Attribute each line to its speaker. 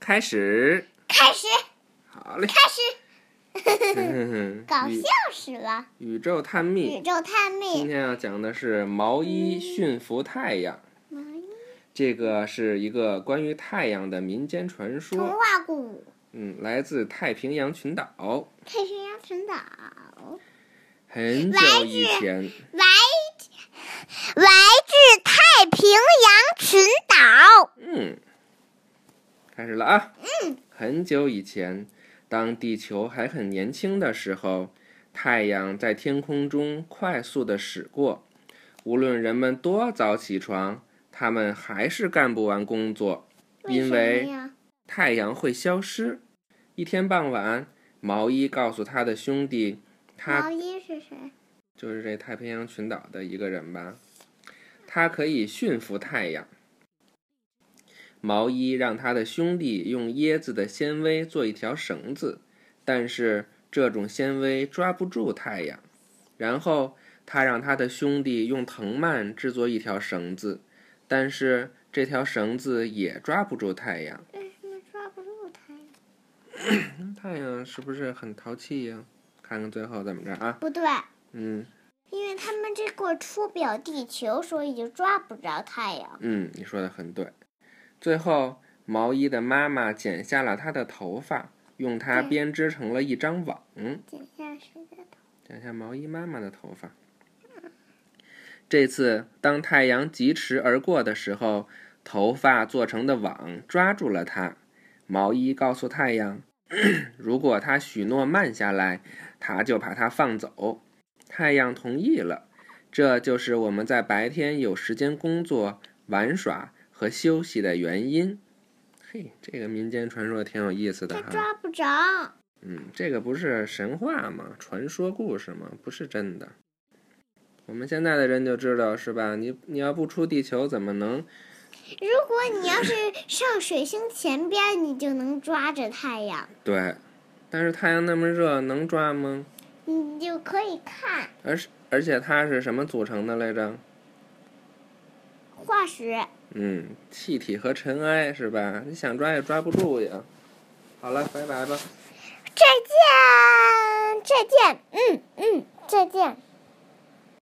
Speaker 1: 开始。
Speaker 2: 开始，
Speaker 1: 好嘞，
Speaker 2: 开始， 搞
Speaker 1: 宇
Speaker 2: 笑嗯死了！
Speaker 1: 宇宙探
Speaker 2: 宇
Speaker 1: 秘，
Speaker 2: 宙探秘
Speaker 1: 今，天要讲的是毛衣驯服太阳，
Speaker 2: 嗯
Speaker 1: 这个是一个关于太阳的民间传
Speaker 2: 童
Speaker 1: 说，
Speaker 2: 话谷，
Speaker 1: 嗯，来自太平洋群岛，
Speaker 2: 太平洋群岛，
Speaker 1: 很久以前，
Speaker 2: 来来自太平洋群岛，
Speaker 1: 嗯，开始了啊，很久以前，当地球还很年轻的时候，太阳在天空中快速的驶过，无论人们多早起床，他们还是干不完工作，因
Speaker 2: 什么
Speaker 1: 为
Speaker 2: 呀
Speaker 1: 太阳会消失。一天傍晚，毛伊告诉他的兄弟，他
Speaker 2: 毛衣是谁？
Speaker 1: 就是这太平洋群岛的一个人吧，他可以驯服太阳。毛衣让他的兄弟用椰子的纤维做一条绳子，但是这种纤维抓不住太阳。然后他让他的兄弟用藤蔓制作一条绳子，但是这条绳子也抓不住太阳。
Speaker 2: 为什么抓不住它呀？
Speaker 1: 太阳是不是很淘气呀、看看最后怎么着啊？
Speaker 2: 不对，
Speaker 1: 嗯
Speaker 2: 因为他们这个出不了地球，所以就抓不着太阳。
Speaker 1: 嗯，你说的很对。最后，毛衣的妈妈剪下了他的头发，用它
Speaker 2: 对
Speaker 1: 编织成了一张网。
Speaker 2: 剪下谁的头？
Speaker 1: 剪下毛衣妈妈的头发。这次，当太阳疾驰而过的时候，头发做成的网抓住了它。毛衣告诉太阳， 如果他许诺慢下来，他就把它放走。太阳同意了。这就是我们在白天有时间工作、玩耍和休息的原因。嘿，这个民间传说挺有意思的
Speaker 2: 它
Speaker 1: 哈。
Speaker 2: 抓不着。
Speaker 1: 嗯，这个不是神话吗？传说故事吗？不是真的。我们现在的人就知道是吧？你你要不出地球，怎么能？
Speaker 2: 如果你要是上水星前边儿，你就能抓着太阳，
Speaker 1: 对，但是太阳那么热，能抓吗？
Speaker 2: 你就可以看
Speaker 1: 而是而且它是什么组成的来着？
Speaker 2: 化石。
Speaker 1: 嗯，气体和尘埃是吧？你想抓也抓不住呀。好了，拜拜吧。
Speaker 2: 再见，再见，嗯嗯，再见。